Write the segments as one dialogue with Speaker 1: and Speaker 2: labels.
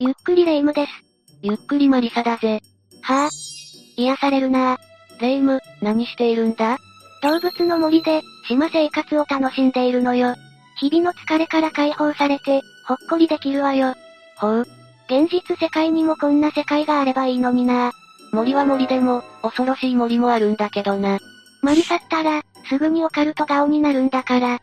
Speaker 1: ゆっくりレ夢ムです。
Speaker 2: ゆっくりマリサだぜ。
Speaker 1: はぁ、あ、癒されるなぁ。
Speaker 2: レイム、何しているんだ
Speaker 1: 動物の森で、島生活を楽しんでいるのよ。日々の疲れから解放されて、ほっこりできるわよ。
Speaker 2: ほう、
Speaker 1: 現実世界にもこんな世界があればいいのになぁ。
Speaker 2: 森は森でも、恐ろしい森もあるんだけどな。
Speaker 1: マリサったら、すぐにオカルト顔になるんだから。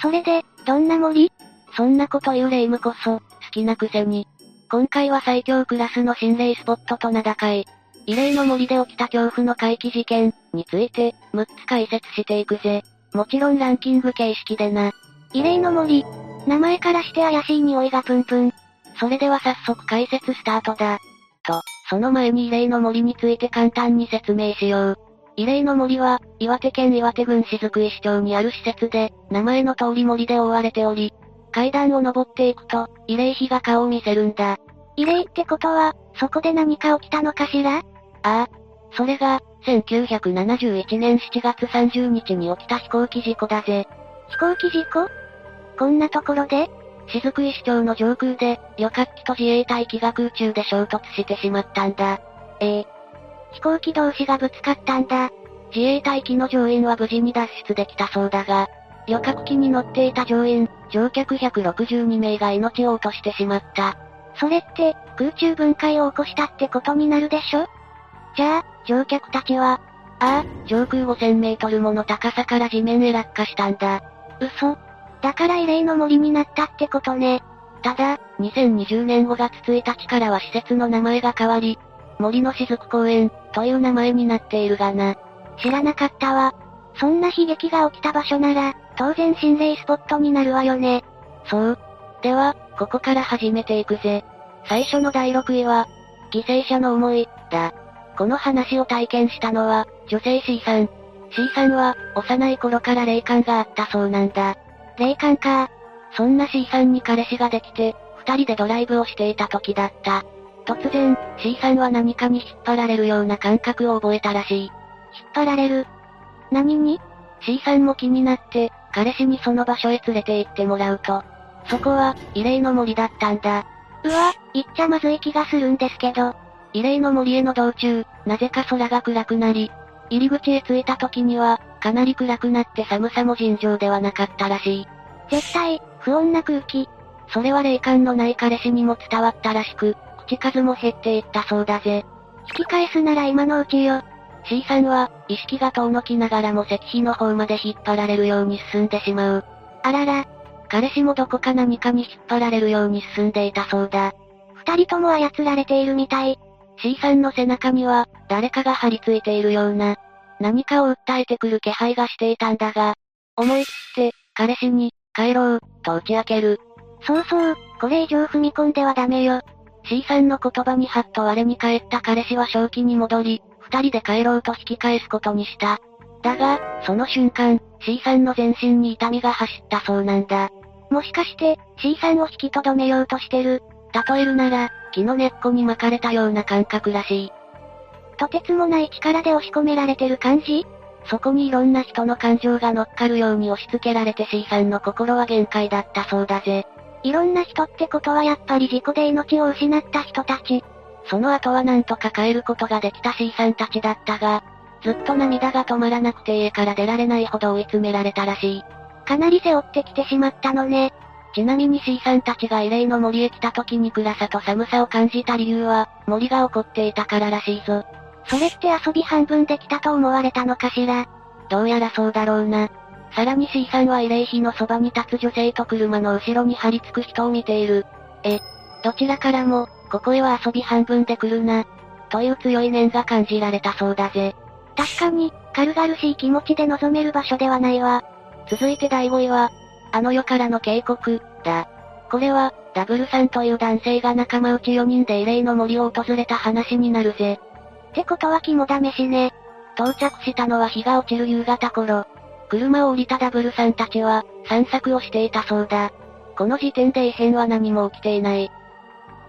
Speaker 1: それで、どんな森
Speaker 2: そんなこと言うレイムこそ、好きなくせに。今回は最強クラスの心霊スポットと名高い、異例の森で起きた恐怖の怪奇事件について、6つ解説していくぜ。もちろんランキング形式でな。
Speaker 1: 異例の森。名前からして怪しい匂いがプンプン。
Speaker 2: それでは早速解説スタートだ。と、その前に異例の森について簡単に説明しよう。異例の森は、岩手県岩手郡雫石町にある施設で、名前の通り森で覆われており、階段を登っていくと、慰霊碑が顔を見せるんだ。
Speaker 1: 異例ってことは、そこで何か起きたのかしら
Speaker 2: ああ、それが、1971年7月30日に起きた飛行機事故だぜ。
Speaker 1: 飛行機事故こんなところで
Speaker 2: 雫石町の上空で、旅客機と自衛隊機が空中で衝突してしまったんだ。ええ
Speaker 1: 飛行機同士がぶつかったんだ。
Speaker 2: 自衛隊機の乗員は無事に脱出できたそうだが、旅客機に乗っていた乗員、乗客162名が命を落としてしまった。
Speaker 1: それって、空中分解を起こしたってことになるでしょじゃあ、乗客たちは、
Speaker 2: ああ、上空5000メートルもの高さから地面へ落下したんだ。
Speaker 1: 嘘。だから異例の森になったってことね。
Speaker 2: ただ、2020年5月1日からは施設の名前が変わり、森の雫公園、という名前になっているがな。
Speaker 1: 知らなかったわ。そんな悲劇が起きた場所なら、当然心霊スポットになるわよね。
Speaker 2: そう。では、ここから始めていくぜ。最初の第6位は、犠牲者の思い、だ。この話を体験したのは、女性 C さん。C さんは、幼い頃から霊感があったそうなんだ。
Speaker 1: 霊感か。
Speaker 2: そんな C さんに彼氏ができて、二人でドライブをしていた時だった。突然、C さんは何かに引っ張られるような感覚を覚えたらしい。
Speaker 1: 引っ張られる。何に
Speaker 2: C さんも気になって、彼氏にその場所へ連れて行ってもらうと、そこは、異例の森だったんだ。
Speaker 1: うわ、言っちゃまずい気がするんですけど。
Speaker 2: 異例の森への道中、なぜか空が暗くなり、入り口へ着いた時には、かなり暗くなって寒さも尋常ではなかったらしい。
Speaker 1: 絶対、不穏な空気。
Speaker 2: それは霊感のない彼氏にも伝わったらしく、口数も減っていったそうだぜ。
Speaker 1: 引き返すなら今のうちよ。
Speaker 2: C さんは、意識が遠のきながらも石碑の方まで引っ張られるように進んでしまう。
Speaker 1: あらら、
Speaker 2: 彼氏もどこか何かに引っ張られるように進んでいたそうだ。
Speaker 1: 二人とも操られているみたい。
Speaker 2: C さんの背中には、誰かが張り付いているような、何かを訴えてくる気配がしていたんだが、思い切って、彼氏に、帰ろう、と打ち明ける。
Speaker 1: そうそう、これ以上踏み込んではダメよ。
Speaker 2: C さんの言葉にハッと我に返った彼氏は正気に戻り、二人で帰ろうと引き返すことにした。だが、その瞬間、C さんの全身に痛みが走ったそうなんだ。
Speaker 1: もしかして、C さんを引きとどめようとしてる。
Speaker 2: 例えるなら、木の根っこに巻かれたような感覚らしい。
Speaker 1: とてつもない力で押し込められてる感じ
Speaker 2: そこにいろんな人の感情が乗っかるように押し付けられて C さんの心は限界だったそうだぜ。
Speaker 1: いろんな人ってことはやっぱり事故で命を失った人たち。
Speaker 2: その後はなんとか帰ることができた C さんたちだったが、ずっと涙が止まらなくて家から出られないほど追い詰められたらしい。
Speaker 1: かなり背負ってきてしまったのね。
Speaker 2: ちなみに C さんたちが異例の森へ来た時に暗さと寒さを感じた理由は、森が起こっていたかららしいぞ。
Speaker 1: それって遊び半分できたと思われたのかしら。
Speaker 2: どうやらそうだろうな。さらに C さんは慰霊碑のそばに立つ女性と車の後ろに張り付く人を見ている。え、どちらからも、ここへは遊び半分で来るな。という強い念が感じられたそうだぜ。
Speaker 1: 確かに、軽々しい気持ちで臨める場所ではないわ。
Speaker 2: 続いて第5位は、あの世からの警告、だ。これは、ダブルさんという男性が仲間内4人で慰霊の森を訪れた話になるぜ。
Speaker 1: ってことは肝試しね。
Speaker 2: 到着したのは日が落ちる夕方頃。車を降りたダブルさんたちは、散策をしていたそうだ。この時点で異変は何も起きていない。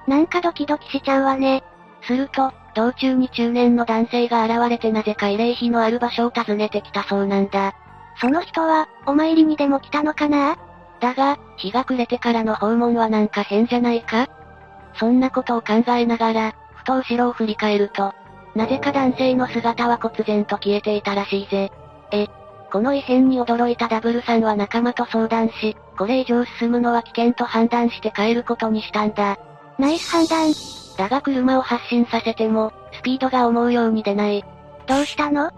Speaker 1: なんかドキドキしちゃうわね。
Speaker 2: すると、道中に中年の男性が現れてなぜか慰霊碑のある場所を訪ねてきたそうなんだ。
Speaker 1: その人は、お参りにでも来たのかな
Speaker 2: だが、日が暮れてからの訪問はなんか変じゃないかそんなことを考えながら、ふと後ろを振り返ると、なぜか男性の姿は忽然と消えていたらしいぜ。え、この異変に驚いたダブルさんは仲間と相談し、これ以上進むのは危険と判断して帰ることにしたんだ。
Speaker 1: ナイス判断。
Speaker 2: だが車を発進させても、スピードが思うように出ない。
Speaker 1: どうしたの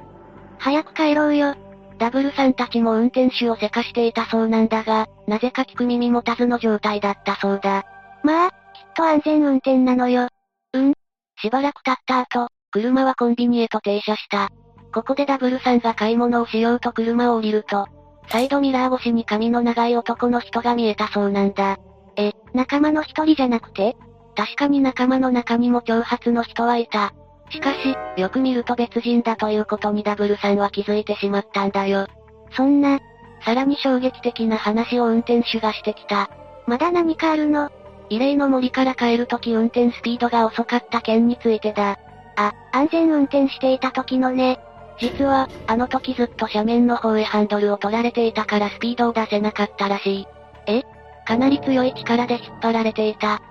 Speaker 1: 早く帰ろうよ。
Speaker 2: ダブルさんたちも運転手をせかしていたそうなんだが、なぜか聞く耳持たずの状態だったそうだ。
Speaker 1: まあ、きっと安全運転なのよ。
Speaker 2: うん。しばらく経った後、車はコンビニへと停車した。ここでダブルさんが買い物をしようと車を降りると、サイドミラー越しに髪の長い男の人が見えたそうなんだ。
Speaker 1: え、仲間の一人じゃなくて
Speaker 2: 確かに仲間の中にも長髪の人はいた。しかし、よく見ると別人だということにダブルさんは気づいてしまったんだよ。
Speaker 1: そんな、
Speaker 2: さらに衝撃的な話を運転手がしてきた。
Speaker 1: まだ何かあるの
Speaker 2: 異例の森から帰るとき運転スピードが遅かった件についてだ。
Speaker 1: あ、安全運転していた時のね。
Speaker 2: 実は、あの時ずっと斜面の方へハンドルを取られていたからスピードを出せなかったらしい。えかなり強い力で引っ張られていた。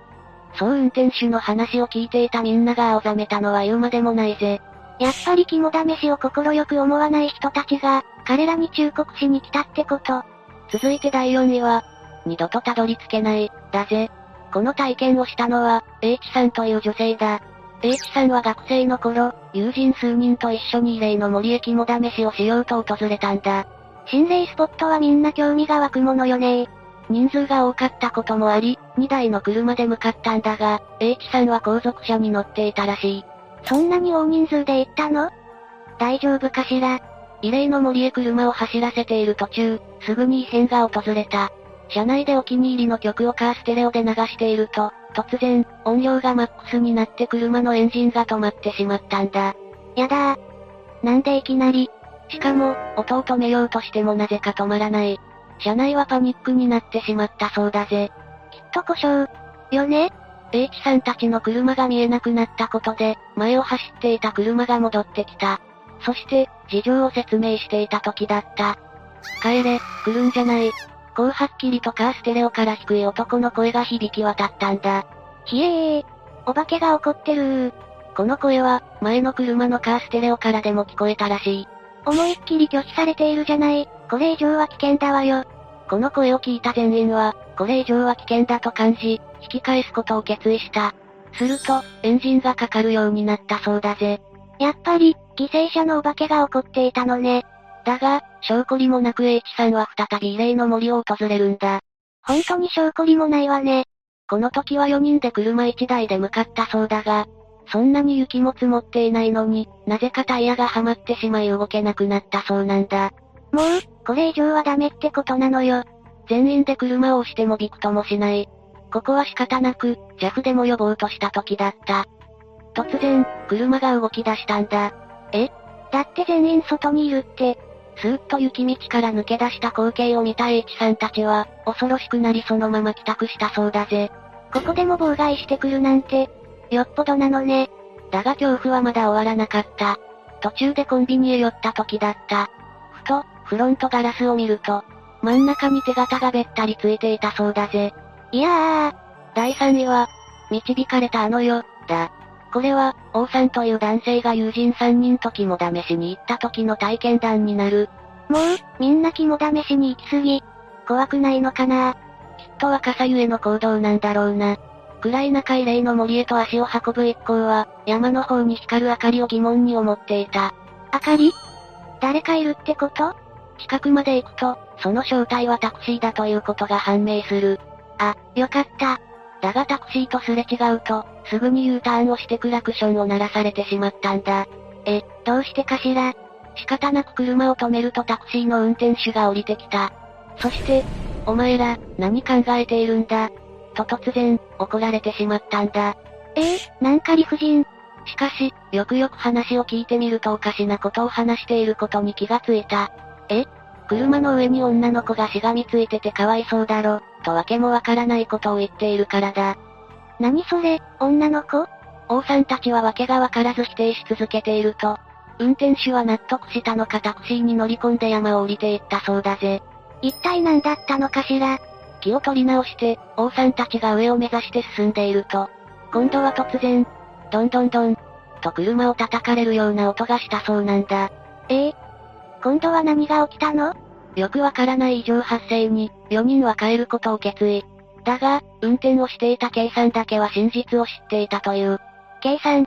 Speaker 2: そう運転手の話を聞いていたみんなが青ざめたのは言うまでもないぜ。
Speaker 1: やっぱり肝試しを心よく思わない人たちが、彼らに忠告しに来たってこと。
Speaker 2: 続いて第4位は、二度とたどり着けない、だぜ。この体験をしたのは、H さんという女性だ。H さんは学生の頃、友人数人と一緒に異例の森へ肝試しをしようと訪れたんだ。
Speaker 1: 心霊スポットはみんな興味が湧くものよね
Speaker 2: 人数が多かったこともあり、2台の車で向かったんだが、H さんは後続車に乗っていたらしい。
Speaker 1: そんなに大人数で行ったの
Speaker 2: 大丈夫かしら異例の森へ車を走らせている途中、すぐに異変が訪れた。車内でお気に入りの曲をカーステレオで流していると、突然、音量がマックスになって車のエンジンが止まってしまったんだ。
Speaker 1: やだー。なんでいきなり、
Speaker 2: しかも、音を止めようとしてもなぜか止まらない。車内はパニックになってしまったそうだぜ。
Speaker 1: きっと故障。よね
Speaker 2: H さんたちの車が見えなくなったことで、前を走っていた車が戻ってきた。そして、事情を説明していた時だった。帰れ、来るんじゃない。こうはっきりとカーステレオから低い男の声が響き渡ったんだ。
Speaker 1: ひえー。お化けが怒ってるー。
Speaker 2: この声は、前の車のカーステレオからでも聞こえたらしい。
Speaker 1: 思いっきり拒否されているじゃない。これ以上は危険だわよ。
Speaker 2: この声を聞いた全員は、これ以上は危険だと感じ、引き返すことを決意した。すると、エンジンがかかるようになったそうだぜ。
Speaker 1: やっぱり、犠牲者のお化けが怒っていたのね。
Speaker 2: だが、証拠りもなく H さんは再び異例の森を訪れるんだ。
Speaker 1: 本当に証拠りもないわね。
Speaker 2: この時は4人で車1台で向かったそうだが、そんなに雪も積もっていないのに、なぜかタイヤがはまってしまい動けなくなったそうなんだ。
Speaker 1: もう、これ以上はダメってことなのよ。
Speaker 2: 全員で車を押してもびくともしない。ここは仕方なく、JAF でも呼ぼうとした時だった。突然、車が動き出したんだ。
Speaker 1: だって全員外にいるって、
Speaker 2: スーッと雪道から抜け出した光景を見た H さんたちは、恐ろしくなりそのまま帰宅したそうだぜ。
Speaker 1: ここでも妨害してくるなんて、よっぽどなのね。
Speaker 2: だが恐怖はまだ終わらなかった。途中でコンビニへ寄った時だった。ふと、フロントガラスを見ると、真ん中に手形がべったりついていたそうだぜ。
Speaker 1: いやー、
Speaker 2: 第3位は、導かれたあの世、だ。これは、王さんという男性が友人3人と肝試しに行った時の体験談になる。
Speaker 1: もう、みんな肝試しに行き過ぎ。怖くないのかな
Speaker 2: きっと若さゆえの行動なんだろうな。暗い中異例の森へと足を運ぶ一行は、山の方に光る明かりを疑問に思っていた。
Speaker 1: 明かり誰かいるってこと
Speaker 2: 近くまで行くと、その正体はタクシーだということが判明する。
Speaker 1: あ、よかった。
Speaker 2: だがタクシーとすれ違うと、すぐに U ターンをしてクラクションを鳴らされてしまったんだ。
Speaker 1: え、どうしてかしら
Speaker 2: 仕方なく車を止めるとタクシーの運転手が降りてきた。そして、お前ら、何考えているんだと突然、怒られてしまったんだ。
Speaker 1: えー、なんか理不尽。
Speaker 2: しかし、よくよく話を聞いてみるとおかしなことを話していることに気がついた。え車の上に女の子がしがみついててかわいそうだろ、とわけもわからないことを言っているからだ。
Speaker 1: 何それ、女の子
Speaker 2: 王さんたちはわけがわからず否定し続けていると、運転手は納得したのかタクシーに乗り込んで山を降りていったそうだぜ。
Speaker 1: 一体何だったのかしら
Speaker 2: 気を取り直して、王さんたちが上を目指して進んでいると、今度は突然、どんどんどん、と車を叩かれるような音がしたそうなんだ。
Speaker 1: ええ今度は何が起きたの
Speaker 2: よくわからない異常発生に、4人は帰ることを決意。だが、運転をしていた K さんだけは真実を知っていたという。
Speaker 1: ?K さん。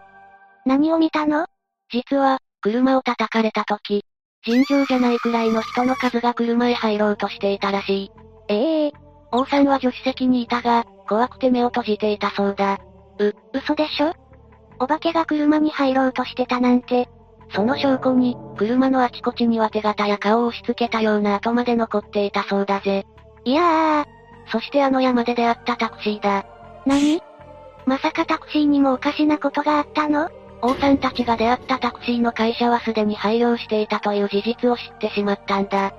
Speaker 1: 何を見たの
Speaker 2: 実は、車を叩かれた時、尋常じゃないくらいの人の数が車へ入ろうとしていたらしい。
Speaker 1: ええ
Speaker 2: 王さんは助手席にいたが、怖くて目を閉じていたそうだ。
Speaker 1: 嘘でしょお化けが車に入ろうとしてたなんて、
Speaker 2: その証拠に、車のあちこちには手形や顔を押し付けたような跡まで残っていたそうだぜ。
Speaker 1: いやー、
Speaker 2: そしてあの山で出会ったタクシーだ。
Speaker 1: 何まさかタクシーにもおかしなことがあったの
Speaker 2: 王さんたちが出会ったタクシーの会社はすでに廃業していたという事実を知ってしまったんだ。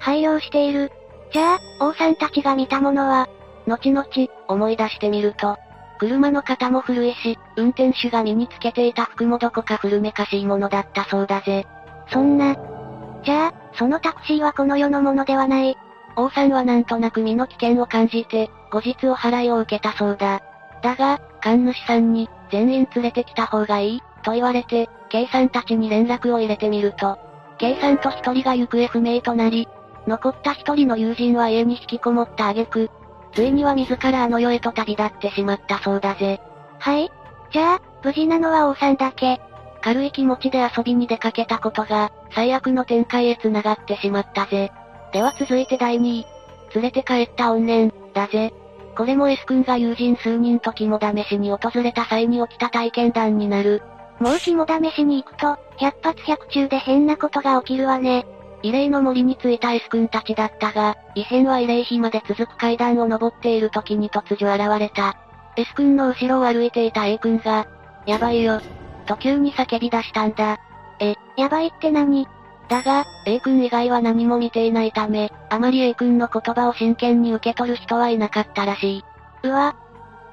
Speaker 1: 廃業している。じゃあ、王さんたちが見たものは、
Speaker 2: 後々、思い出してみると、車の型も古いし、運転手が身につけていた服もどこか古めかしいものだったそうだぜ。
Speaker 1: そんな。じゃあ、そのタクシーはこの世のものではない。
Speaker 2: 王さんはなんとなく身の危険を感じて、後日お払いを受けたそうだ。だが、神主さんに、全員連れてきた方がいい、と言われて、K さんたちに連絡を入れてみると、K さんと一人が行方不明となり、残った一人の友人は家に引きこもった挙句、ついには自らあの世へと旅立ってしまったそうだぜ。
Speaker 1: はいじゃあ、無事なのは王さんだけ。
Speaker 2: 軽い気持ちで遊びに出かけたことが、最悪の展開へ繋がってしまったぜ。では続いて第2位。連れて帰った怨念、だぜ。これも S 君が友人数人と肝試しに訪れた際に起きた体験談になる。
Speaker 1: もう肝試しに行くと、百発百中で変なことが起きるわね。
Speaker 2: 異例の森に着いた S 君たちだったが、異変は異例碑まで続く階段を登っている時に突如現れた。S 君の後ろを歩いていた A 君が、やばいよ、と急に叫び出したんだ。
Speaker 1: やばいって何
Speaker 2: だが、A 君以外は何も見ていないため、あまり A 君の言葉を真剣に受け取る人はいなかったらしい。
Speaker 1: うわ。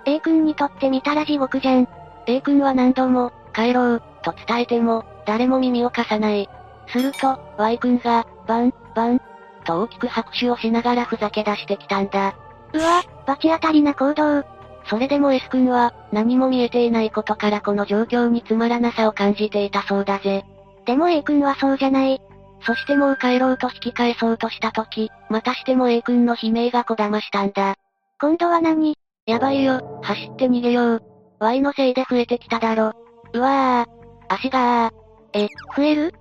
Speaker 1: A 君にとってみたら地獄じゃん。
Speaker 2: A 君は何度も、帰ろう、と伝えても、誰も耳を貸さない。すると、Y 君が、バン、バン、と大きく拍手をしながらふざけ出してきたんだ。
Speaker 1: うわ、罰当たりな行動。
Speaker 2: それでも S 君は、何も見えていないことからこの状況につまらなさを感じていたそうだぜ。
Speaker 1: でも A 君はそうじゃない。
Speaker 2: そしてもう帰ろうと引き返そうとした時、またしても A 君の悲鳴がこだましたんだ。
Speaker 1: 今度は何
Speaker 2: やばいよ、走って逃げよう。Y のせいで増えてきただろ。うわー、足がー、
Speaker 1: 増える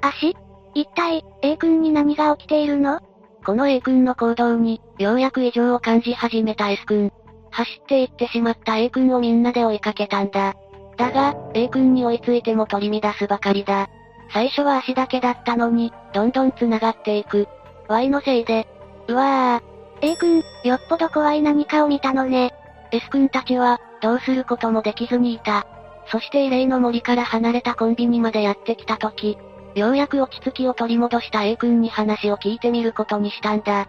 Speaker 1: 足一体、A 君に何が起きているの
Speaker 2: この A 君の行動に、ようやく異常を感じ始めた S 君。走っていってしまった A 君をみんなで追いかけたんだ。だが、A 君に追いついても取り乱すばかりだ。最初は足だけだったのに、どんどん繋がっていく。Y のせいで、うわ
Speaker 1: ?A 君、よっぽど怖い何かを見たのね。
Speaker 2: ー、S 君たちは、どうすることもできずにいた。そして異例の森から離れたコンビニまでやってきた時、ようやく落ち着きを取り戻した A 君に話を聞いてみることにしたんだ。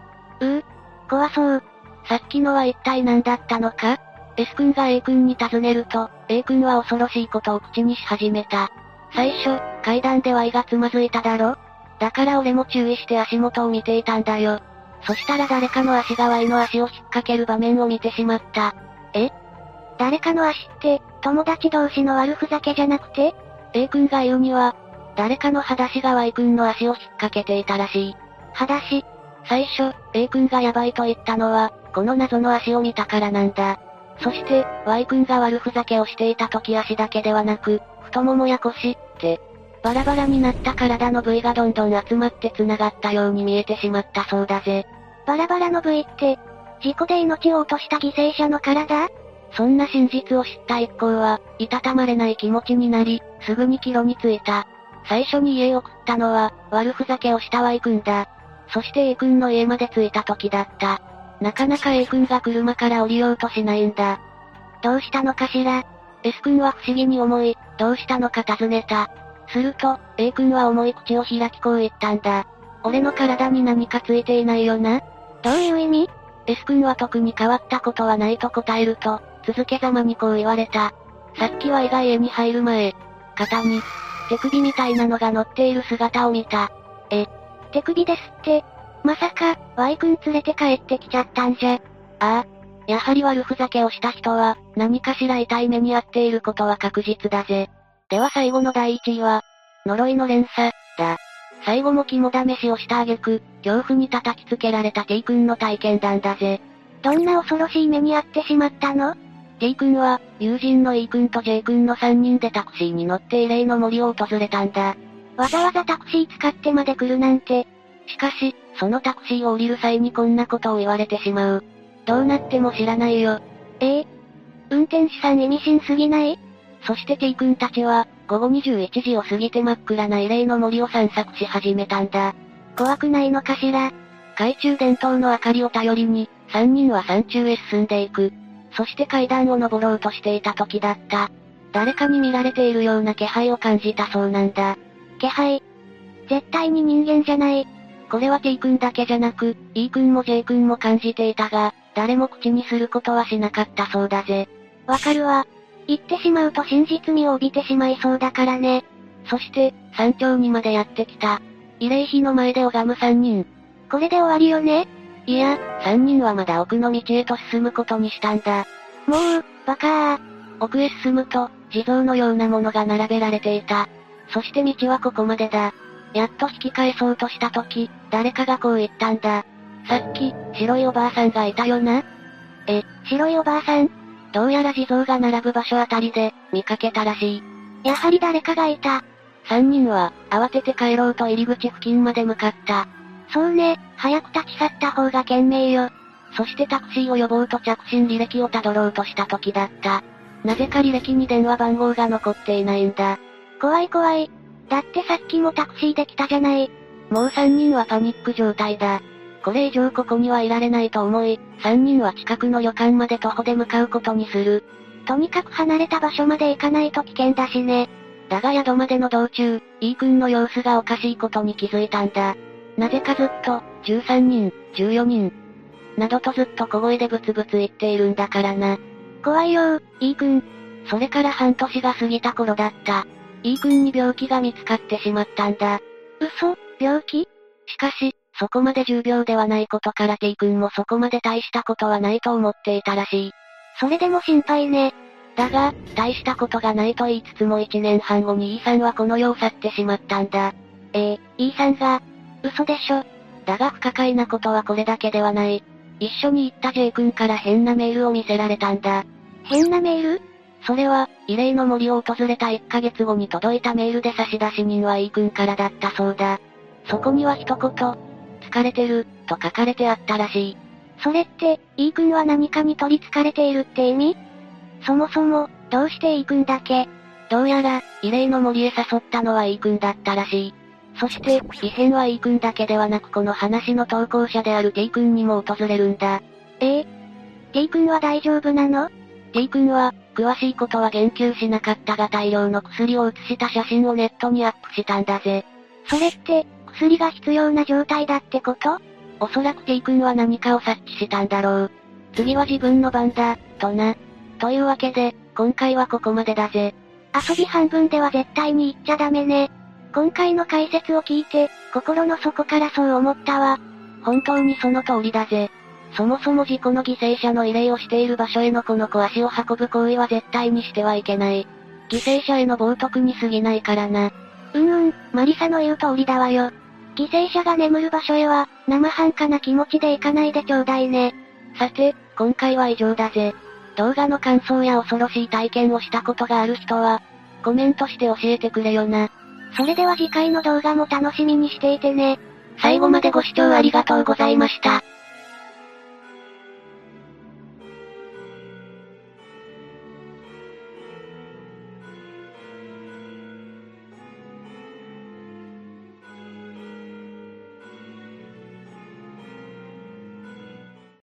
Speaker 1: 怖そう。
Speaker 2: さっきのは一体何だったのか ?S 君が A 君に尋ねると、A 君は恐ろしいことを口にし始めた。最初、階段で Y がつまずいただろだから俺も注意して足元を見ていたんだよ。そしたら誰かの足が Y の足を引っ掛ける場面を見てしまった。
Speaker 1: 誰かの足って、友達同士の悪ふざけじゃなくて
Speaker 2: A 君が言うには、誰かの裸足が Y 君の足を引っ掛けていたらしい。
Speaker 1: 裸足。
Speaker 2: 最初、A 君がやばいと言ったのは、この謎の足を見たからなんだ。そして、Y 君が悪ふざけをしていた時足だけではなく、太ももや腰、って、バラバラになった体の部位がどんどん集まって繋がったように見えてしまったそうだぜ。
Speaker 1: バラバラの部位って、事故で命を落とした犠牲者の体
Speaker 2: そんな真実を知った一行は、いたたまれない気持ちになり、すぐに帰路に着いた。最初に家を送ったのは、悪ふざけをした Y 君だ。そして A 君の家まで着いた時だった。なかなか A 君が車から降りようとしないんだ。
Speaker 1: どうしたのかしら
Speaker 2: S 君は不思議に思い、どうしたのか尋ねた。すると、A 君は重い口を開きこう言ったんだ。俺の体に何かついていないよな
Speaker 1: どういう意味
Speaker 2: S 君は特に変わったことはないと答えると、続けざまにこう言われた。さっきは意外家に入る前、肩に、手首みたいなのが乗っている姿を見た。
Speaker 1: 手首ですって。まさか、Y 君連れて帰ってきちゃったんじゃ。
Speaker 2: ああ、やはり悪ふざけをした人は、何かしら痛い目に遭っていることは確実だぜ。では最後の第1位は、呪いの連鎖、だ。最後も肝試しをした挙句、恐怖に叩きつけられた T 君の体験談だぜ。
Speaker 1: どんな恐ろしい目に遭ってしまったの
Speaker 2: T 君は、友人の E 君と J 君の3人でタクシーに乗って異例の森を訪れたんだ。
Speaker 1: わざわざタクシー使ってまで来るなんて、
Speaker 2: しかし、そのタクシーを降りる際にこんなことを言われてしまう。どうなっても知らないよ。
Speaker 1: ええ運転手さん意味深すぎない
Speaker 2: そして T 君たちは、午後21時を過ぎて真っ暗な異例の森を散策し始めたんだ。
Speaker 1: 怖くないのかしら
Speaker 2: 懐中電灯の明かりを頼りに、3人は山中へ進んでいく。そして階段を登ろうとしていた時だった。誰かに見られているような気配を感じたそうなんだ。
Speaker 1: 気配。絶対に人間じゃない。
Speaker 2: これは T 君だけじゃなく、E 君も J 君も感じていたが、誰も口にすることはしなかったそうだぜ。
Speaker 1: わかるわ。言ってしまうと真実味を帯びてしまいそうだからね。
Speaker 2: そして、山頂にまでやってきた。慰霊碑の前で拝む3人。
Speaker 1: これで終わりよね
Speaker 2: いや、3人はまだ奥の道へと進むことにしたんだ。
Speaker 1: もう、バカー。
Speaker 2: 奥へ進むと、地蔵のようなものが並べられていた。そして道はここまでだ。やっと引き返そうとした時、誰かがこう言ったんだ。さっき、白いおばあさんがいたよな
Speaker 1: 白いおばあさん。
Speaker 2: どうやら地蔵が並ぶ場所あたりで、見かけたらしい。
Speaker 1: やはり誰かがいた。
Speaker 2: 三人は、慌てて帰ろうと入り口付近まで向かった。
Speaker 1: そうね、早く立ち去った方が賢明よ。
Speaker 2: そしてタクシーを呼ぼうと着信履歴をたどろうとした時だった。なぜか履歴に電話番号が残っていないんだ。
Speaker 1: 怖い怖い。だってさっきもタクシーで来たじゃない。
Speaker 2: もう三人はパニック状態だ。これ以上ここにはいられないと思い、三人は近くの旅館まで徒歩で向かうことにする。
Speaker 1: とにかく離れた場所まで行かないと危険だしね。
Speaker 2: だが宿までの道中、E 君の様子がおかしいことに気づいたんだ。なぜかずっと、13人、14人、などとずっと小声でブツブツ言っているんだからな。
Speaker 1: 怖いよー、
Speaker 2: E 君。それから半年が過ぎた頃だった。E 君に病気が見つかってしまったんだ。
Speaker 1: 嘘、病気
Speaker 2: しかし、そこまで重病ではないことから T 君もそこまで大したことはないと思っていたらしい。
Speaker 1: それでも心配ね。
Speaker 2: だが、大したことがないと言いつつも1年半後に E さんはこの世を去ってしまったんだ。
Speaker 1: ええ、E さんが、嘘でしょ。
Speaker 2: だが不可解なことはこれだけではない。一緒に行った J 君から変なメールを見せられたんだ。
Speaker 1: 変なメール
Speaker 2: それは、異例の森を訪れた1ヶ月後に届いたメールで差出人は E 君からだったそうだ。そこには一言、疲れてる、と書かれてあったらしい。
Speaker 1: それって、E 君は何かに取り憑かれているって意味そもそも、どうして E 君だけ
Speaker 2: どうやら、異例の森へ誘ったのは E 君だったらしい。そして、異変は E 君だけではなくこの話の投稿者である T 君にも訪れるんだ。
Speaker 1: ええ ?T 君は大丈夫なの
Speaker 2: T 君は、詳しいことは言及しなかったが大量の薬を写した写真をネットにアップしたんだぜ。
Speaker 1: それって、薬が必要な状態だってこと
Speaker 2: おそらく T 君は何かを察知したんだろう。次は自分の番だ、とな。というわけで、今回はここまでだぜ。
Speaker 1: 遊び半分では絶対に言っちゃダメね。今回の解説を聞いて、心の底からそう思ったわ。
Speaker 2: 本当にその通りだぜ。そもそも事故の犠牲者の慰霊をしている場所へのこの子足を運ぶ行為は絶対にしてはいけない。犠牲者への冒涜に過ぎないからな。
Speaker 1: うんうん、マリサの言う通りだわよ。犠牲者が眠る場所へは、生半可な気持ちで行かないでちょうだいね。
Speaker 2: さて、今回は以上だぜ。動画の感想や恐ろしい体験をしたことがある人は、コメントして教えてくれよな。
Speaker 1: それでは次回の動画も楽しみにしていてね。
Speaker 2: 最後までご視聴ありがとうございました。